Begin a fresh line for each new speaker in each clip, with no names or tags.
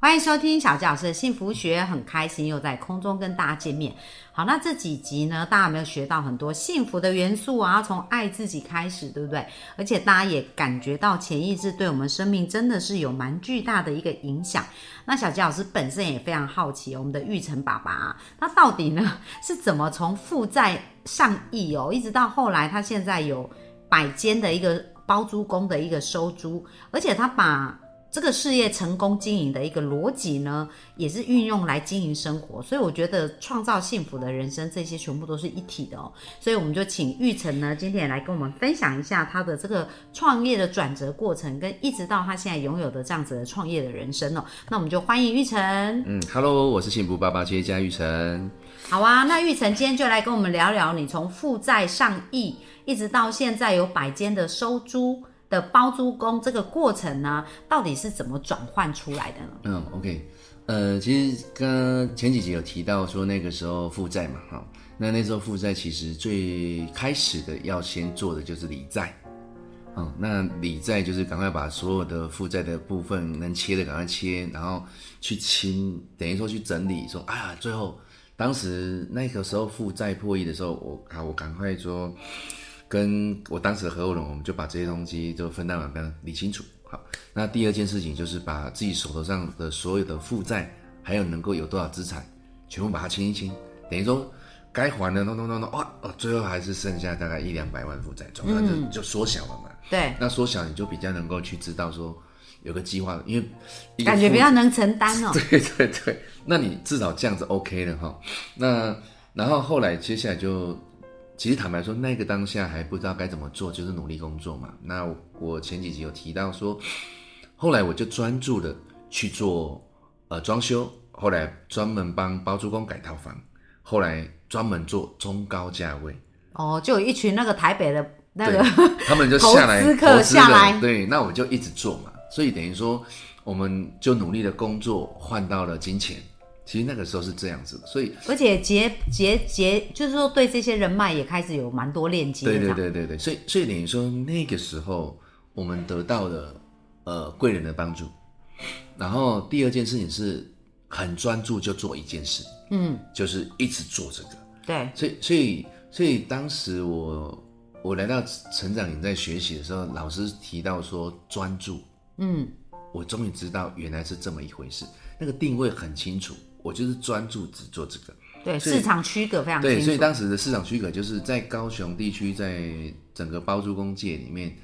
欢迎收听小纪老师的幸福学，很开心又在空中跟大家见面。好，那这几集呢，大家有没有学到很多幸福的元素啊？从爱自己开始，对不对？而且大家也感觉到潜意识对我们生命真的是有蛮巨大的一个影响。那小吉老师本身也非常好奇，我们的玉成爸爸、啊，他到底呢是怎么从负债上亿哦，一直到后来他现在有百间的一个包租公的一个收租，而且他把这个事业成功经营的一个逻辑呢，也是运用来经营生活，所以我觉得创造幸福的人生，这些全部都是一体的哦。所以我们就请玉成呢，今天也来跟我们分享一下他的这个创业的转折过程，跟一直到他现在拥有的这样子的创业的人生哦。那我们就欢迎玉成，
嗯，Hello，我是幸福爸爸企业家玉成。
好啊。那玉成今天就来跟我们聊聊你从负债上亿，一直到现在有百间的收租的包租公这个过程呢，到底是怎么转换出来的呢？
嗯，OK，呃，其实刚前几集有提到说那个时候负债嘛，哈、那那时候负债其实最开始的要先做的就是理债，嗯，那理债就是赶快把所有的负债的部分能切的赶快切，然后去清，等于说去整理，说啊，最后当时那个时候负债破亿的时候，我啊我赶快说跟我当时的合伙人，我们就把这些东西就分担完，跟理清楚。好，那第二件事情就是把自己手头上的所有的负债，还有能够有多少资产，全部把它清一清。等于说该还的，弄弄弄弄，哦哦，最后还是剩下大概一两百万负债，总算
嗯
就就缩小了嘛。
对，
那缩小你就比较能够去知道说有个计划，因为一个
感觉
负
比较能承担哦。
对对对，那你至少这样子 OK 了哈。那然后后来接下来就，其实坦白说，那个当下还不知道该怎么做，就是努力工作嘛。那我我前几集有提到说，后来我就专注的去做呃装修，后来专门帮包租公改套房，后来专门做中高价位。
哦，就有一群那个台北的那
对
个
他们就下来
投资客
投资
下
人
来
对，那我就一直做嘛，所以等于说我们就努力的工作换到了金钱，其实那个时候是这样子的，所以
而且结结结，就是说对这些人脉也开始有蛮多链接的
对
这
对
样。
对对对，所以所以等于说那个时候我们得到了呃贵人的帮助，然后第二件事情是很专注就做一件事，
嗯，
就是一直做这个，
对，
所以所以所以当时我我来到成长营在学习的时候，老师提到说专注。
嗯，
我终于知道原来是这么一回事，那个定位很清楚，我就是专注只做这个。
对，
所以
市场区隔非常
对，所
清
以
楚。
当时的市场区隔就是在高雄地区，在整个包租公界里面，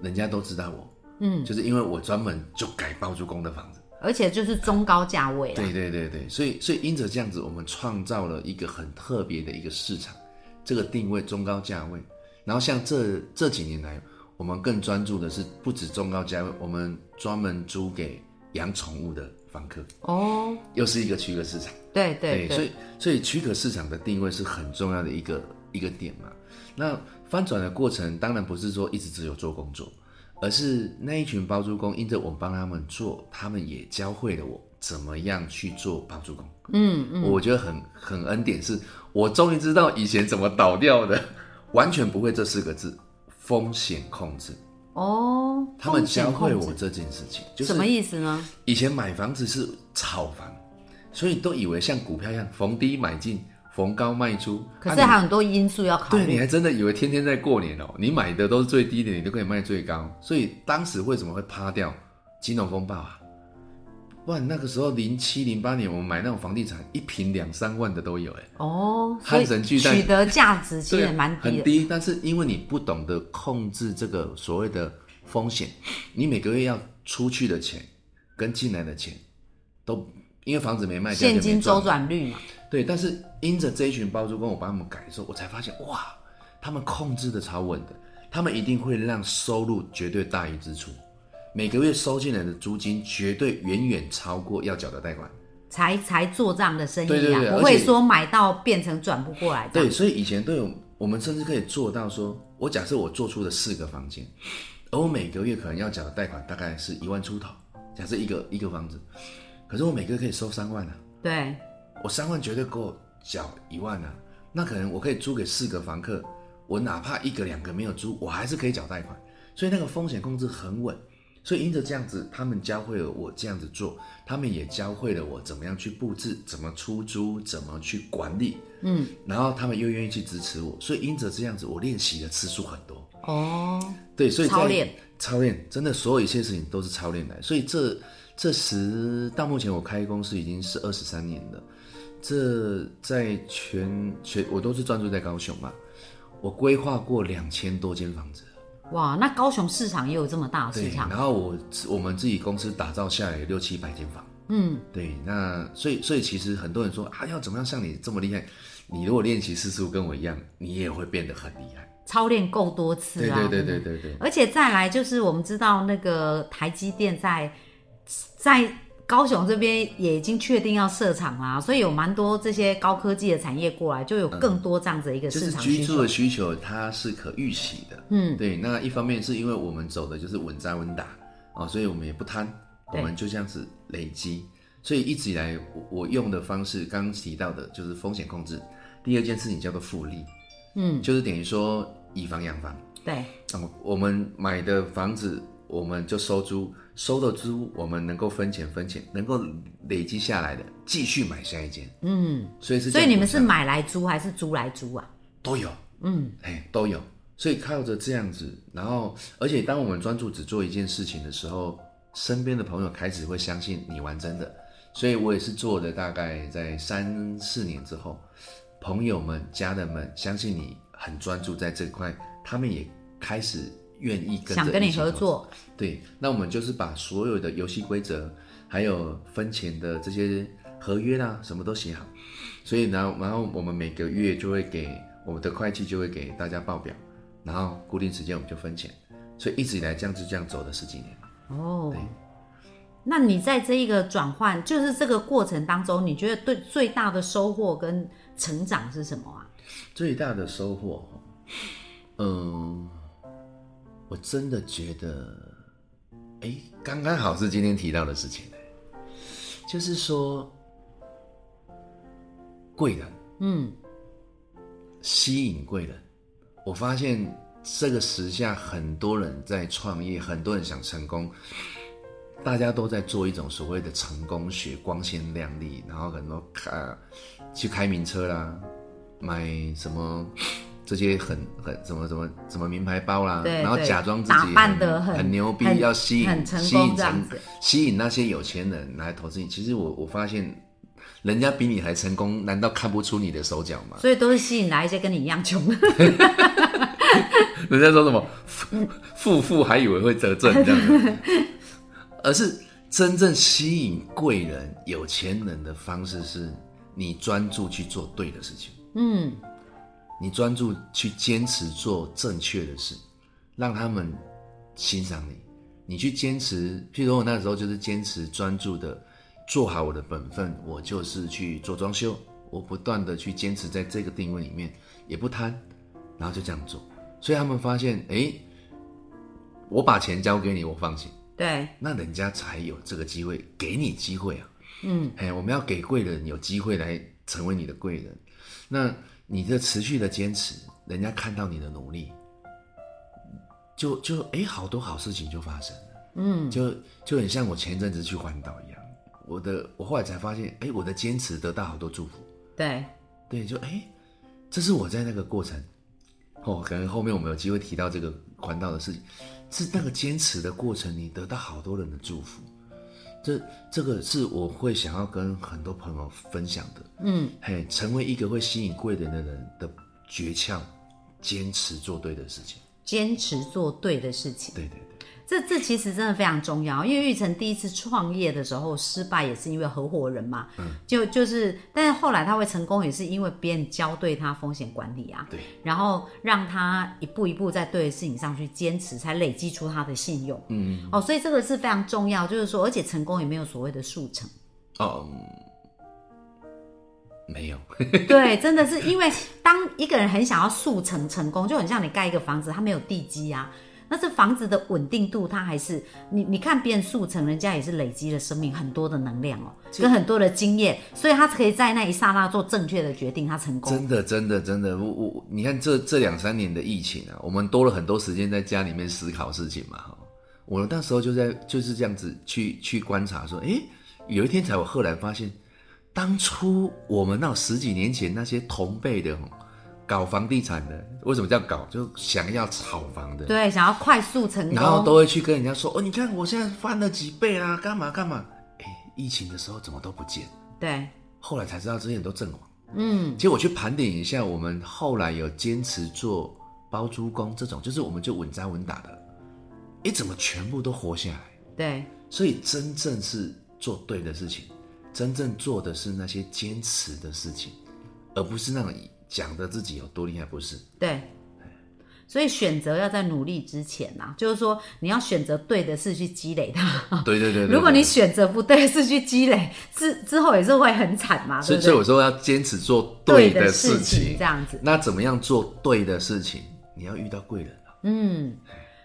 人家都知道我，
嗯，
就是因为我专门就改包租公的房子。
而且就是中高价位啦。
对对对对，所以所以因着这样子，我们创造了一个很特别的一个市场，这个定位中高价位。然后像这这几年来，我们更专注的是不止中高价位，我们专门租给养宠物的房客。
哦，
又是一个区隔市场，
对对
所
对，
以所以区隔市场的定位是很重要的一个一个点嘛。那翻转的过程当然不是说一直只有做工作，而是那一群包租公，因着我帮他们做，他们也教会了我怎么样去做包租公。
嗯嗯，
我觉得很很恩典是，我终于知道以前怎么倒掉的，完全不会这四个字，风险控制。
哦，
他们
风险
教会
控制
我这件事情，就是
什么意思呢？
以前买房子是炒房，所以都以为像股票一样逢低买进，逢高卖出。
可
啊
是
你
还有很多因素要考
对，你
虑。
还真的以为天天在过年哦，你买的都是最低点，你都可以卖最高。所以当时为什么会趴掉金融风暴啊？不然那个时候零七零八年，我们买那种房地产，一平两三万的都有哎、
哦，所以
汉神巨蛋
取得价值其
对，
实也蛮低
很
的。
低。但是因为你不懂得控制这个所谓的风险，你每个月要出去的钱跟进来的钱都因为房子没卖掉，
现
就没
金
赚
周转率嘛，
对，但是因着这一群包租公，我帮他们改的时候，我才发现哇，他们控制的超稳的，他们一定会让收入绝对大于支出，每个月收进来的租金绝对远远超过要缴的贷款。
才才做这样的生意啊，
对对对
不
而
会
且
说买到变成转不过来的。
对，所以以前都有，我们甚至可以做到说，我假设我做出了四个房间，而我每个月可能要缴的贷款大概是一万出头，假设一个一个房子，可是我每个月可以收三万啊，
对，
我三万绝对够缴一万啊，那可能我可以租给四个房客，我哪怕一个两个没有租，我还是可以缴贷款，所以那个风险控制很稳。所以因着这样子，他们教会了我这样子做，他们也教会了我怎么样去布置、怎么出租、怎么去管理，
嗯，
然后他们又愿意去支持我，所以因着这样子，我练习的次数很多。
哦，
对，所以在
操练，
操练，真的所有一切事情都是操练来。所以这这十到目前我开公司已经是二十三年了，这在全全我都是专注在高雄嘛，我规划过两千多间房子，
哇，那高雄市场也有这么大的
对
市，场，
然后我我们自己公司打造下来有六七百间房。
嗯，
对，那所以所以其实很多人说啊，要怎么样像你这么厉害？你如果练习次数跟我一样，你也会变得很厉害。
操练够多次
对
啊，
对对对对对。
而且再来就是我们知道那个台积电在在高雄这边也已经确定要设厂啦，所以有蛮多这些高科技的产业过来，就有更多这样子的一个
就
市
嗯是
场
居
需
住
求
的。需求，它是可预期的。
嗯，
对。那一方面是因为我们走的就是稳扎稳打啊、哦所以我们也不贪，我
对
们就这样子累积。所以一直以来我，我用的方式，刚刚提到的就是风险控制。第二件事情叫做复利，
嗯，
就是等于说以房养房。
对，
哦，我们买的房子，我们就收租，收的租我们能够分钱分钱，能够累积下来的，继续买下一间。
嗯，
所以是这
所以
样
你们
子啊
是买来租还是租来租啊？
都有，
嗯，
哎，都有。所以靠着这样子，然后而且当我们专注只做一件事情的时候，身边的朋友开始会相信你玩真的。所以我也是做的大概在三四年之后，朋友们、家人们相信你很专注在这块，他们也开始愿意跟着
想跟
一
你
起
合
投资
作，
对，那我们就是把所有的游戏规则，还有分钱的这些合约啦、什么都写好。所以呢，然后我们每个月就会给我们的会计就会给大家报表，然后固定时间我们就分钱。所以一直以来这样就这样走了十几年。
哦
对，
那你在这一个转换，就是这个过程当中，你觉得对最大的收获跟成长是什么啊？
最大的收获，哦嗯，我真的觉得，哎，刚刚好是今天提到的事情，就是说，贵人
嗯，
吸引贵人。我发现这个时下很多人在创业，很多人想成功，大家都在做一种所谓的成功学，光鲜亮丽，然后很多呃去开名车啦，买什么 这些很很什么什么什么名牌包啦，
对
然后
对
假装自己
打扮得
很
很
牛逼，
很
要吸
很
引
成
吸
功
引
这样
成
子
吸引那些有钱人来投资你。其实我我发现。人家比你还成功，难道看不出你的手脚吗？
所以都是吸引来一些跟你一样 穷的。
人家说什么富富富还以为会得正这样子，而是真正吸引贵人、有钱人的方式是，你专注去做对的事情，
嗯，
你专注去坚持做正确的事，让他们欣赏你。你去坚持，譬如我那时候就是坚持专注的做好我的本分，我就是去做装修，我不断的去坚持在这个定位里面，也不贪，然后就这样做。所以他们发现，哎，我把钱交给你，我放心，
对，
那人家才有这个机会给你机会啊。
嗯，
哎，我们要给贵人有机会来成为你的贵人，那你的持续的坚持，人家看到你的努力，就就哎，好多好事情就发生了。嗯，就就很像我前一阵子去环岛一样，我的我后来才发现，哎，我的坚持得到好多祝福。
对，
对，就哎，这是我在那个过程，哦，可能后面我们有机会提到这个环岛的事情，是那个坚持的过程，你得到好多人的祝福，这这个是我会想要跟很多朋友分享的，
嗯，
嘿，成为一个会吸引贵人的人的诀窍，坚持做对的事情，
坚持做对的事情。
对对对，
这这其实真的非常重要，因为玉成第一次创业的时候失败也是因为合伙人嘛，
嗯
就就是，但是后来他会成功也是因为别人教对他风险管理啊，
对，
然后让他一步一步在对的事情上去坚持，才累积出他的信用。嗯，哦，所以这个是非常重要，就是说，而且成功也没有所谓的速 成，
哦，嗯没有，
对，真的是因为当一个人很想要速成成功，就很像你盖一个房子，它没有地基啊。那这房子的稳定度，它还是你你看变速层，人家也是累积了生命很多的能量哦，跟很多的经验，所以他可以在那一刹那做正确的决定，他成功。
真的，真的，真的，我我我你看这这两三年的疫情啊，我们多了很多时间在家里面思考事情嘛。哈，我那时候就在就是这样子去去观察，说，诶，有一天才我赫然发现，当初我们那十几年前那些同辈的，哦搞房地产的，为什么这样搞？就想要炒房的，
对，想要快速成功，
然后都会去跟人家说，哦，你看我现在翻了几倍啊，干嘛干嘛？诶，疫情的时候怎么都不见？
对，
后来才知道之前都阵亡。
嗯，
其实我去盘点一下，我们后来有坚持做包租公这种，就是我们就稳扎稳打的，诶，怎么全部都活下来？
对，
所以真正是做对的事情，真正做的是那些坚持的事情，而不是那种讲的自己有多厉害，不是？
对，所以选择要在努力之前呐、就是说你要选择对的事去积累它。
对对对对对
如果你选择不对的事去积累，之之后也是会很惨嘛，
所
对
以
不
所以
对？
我说要坚持做
对
的
的
事
事情这样子，
那怎么样做对的事情？你要遇到贵人啊，
嗯。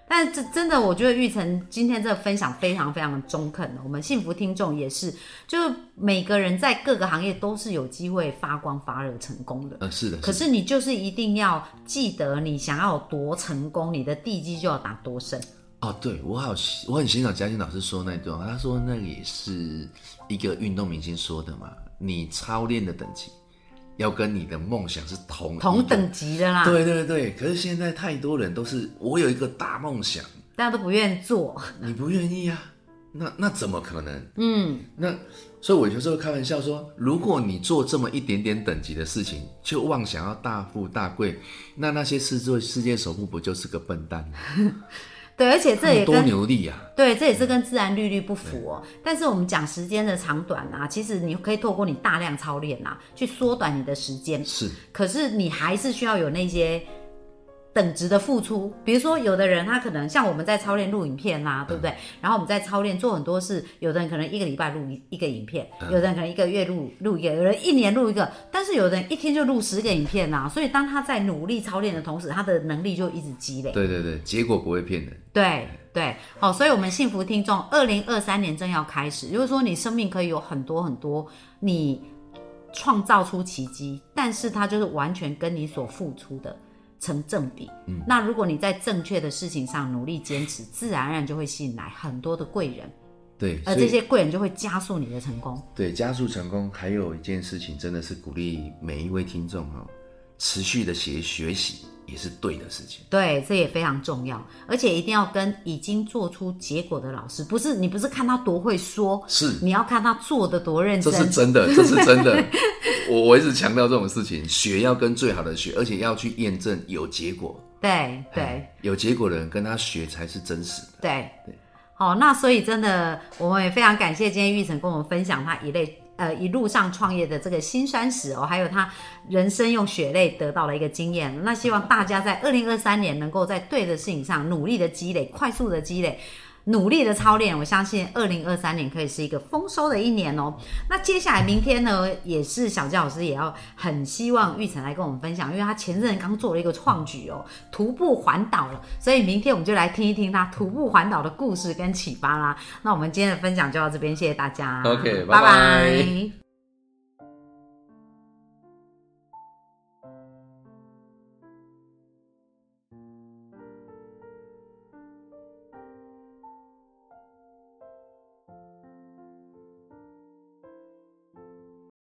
但这真的，我觉得玉成今天这个分享非常非常的中肯哦我们幸福听众也是，就是每个人在各个行业都是有机会发光发热成功的。
呃，是的，
可是你就是一定要记得，你想要有多成功，你的地基就要打多深。
哦，对我好喜，我很欣赏嘉欣老师说那一段话，他说那个也是一个运动明星说的嘛，你操练的等级要跟你的梦想是同一个
同。等级的啦，
对对对，可是现在太多人都是我有一个大梦想，
大家都不愿做。
你不愿意啊，那那怎么可能？
嗯，
那所以我有时候开玩笑说，如果你做这么一点点等级的事情，就妄想要大富大贵，那那些世界世界首富不就是个笨蛋吗？
对，而且这
那
也
么多
跟
牛力啊！
对，这也是跟自然律律不符哦。但是我们讲时间的长短啊，其实你可以透过你大量操练啊，去缩短你的时间。
是，
可是你还是需要有那些等值的付出。比如说，有的人他可能像我们在操练录影片啦、对不对？然后我们在操练做很多事，有的人可能一个礼拜录一一个影片，有的人可能一个月录录一个，有人一年录一个，但是有的人一天就录十个影片呐、所以当他在努力操练的同时，他的能力就一直积累。
对对对，结果不会骗人。
对对，好、所以我们幸福听众，二零二三年正要开始，就是说你生命可以有很多很多，你创造出奇迹，但是它就是完全跟你所付出的成正比。嗯，那如果你在正确的事情上努力坚持，自然而然就会吸引来很多的贵人，
对，
而
所以
啊这些贵人就会加速你的成功。
对加速成功，还有一件事情真的是鼓励每一位听众哈、哦，持续的学学习也是对的事情。
对，这也非常重要，而且一定要跟已经做出结果的老师，不是你不是看他多会说，
是，
你要看他做的多认
这
真。
是真的，这是真 的。我我一直强调这种事情，学要跟最好的学，而且要去验证有结果。
对对
哎，有结果的人跟他学才是真实的。
对
对，
好，那所以真的，我们也非常感谢今天玉成跟我们分享他一类。呃，一路上创业的这个辛酸史哦，还有他人生用血泪得到了一个经验。那希望大家在二零二三年能够在对的事情上努力的积累，快速的积累，努力的操练。我相信二零二三年可以是一个丰收的一年哦。那接下来明天呢，也是小教老师也要很希望玉成来跟我们分享，因为他前阵刚做了一个创举哦，徒步环岛了，所以明天我们就来听一听他徒步环岛的故事跟启发啦。那我们今天的分享就到这边，谢谢大家。
OK，拜
拜
拜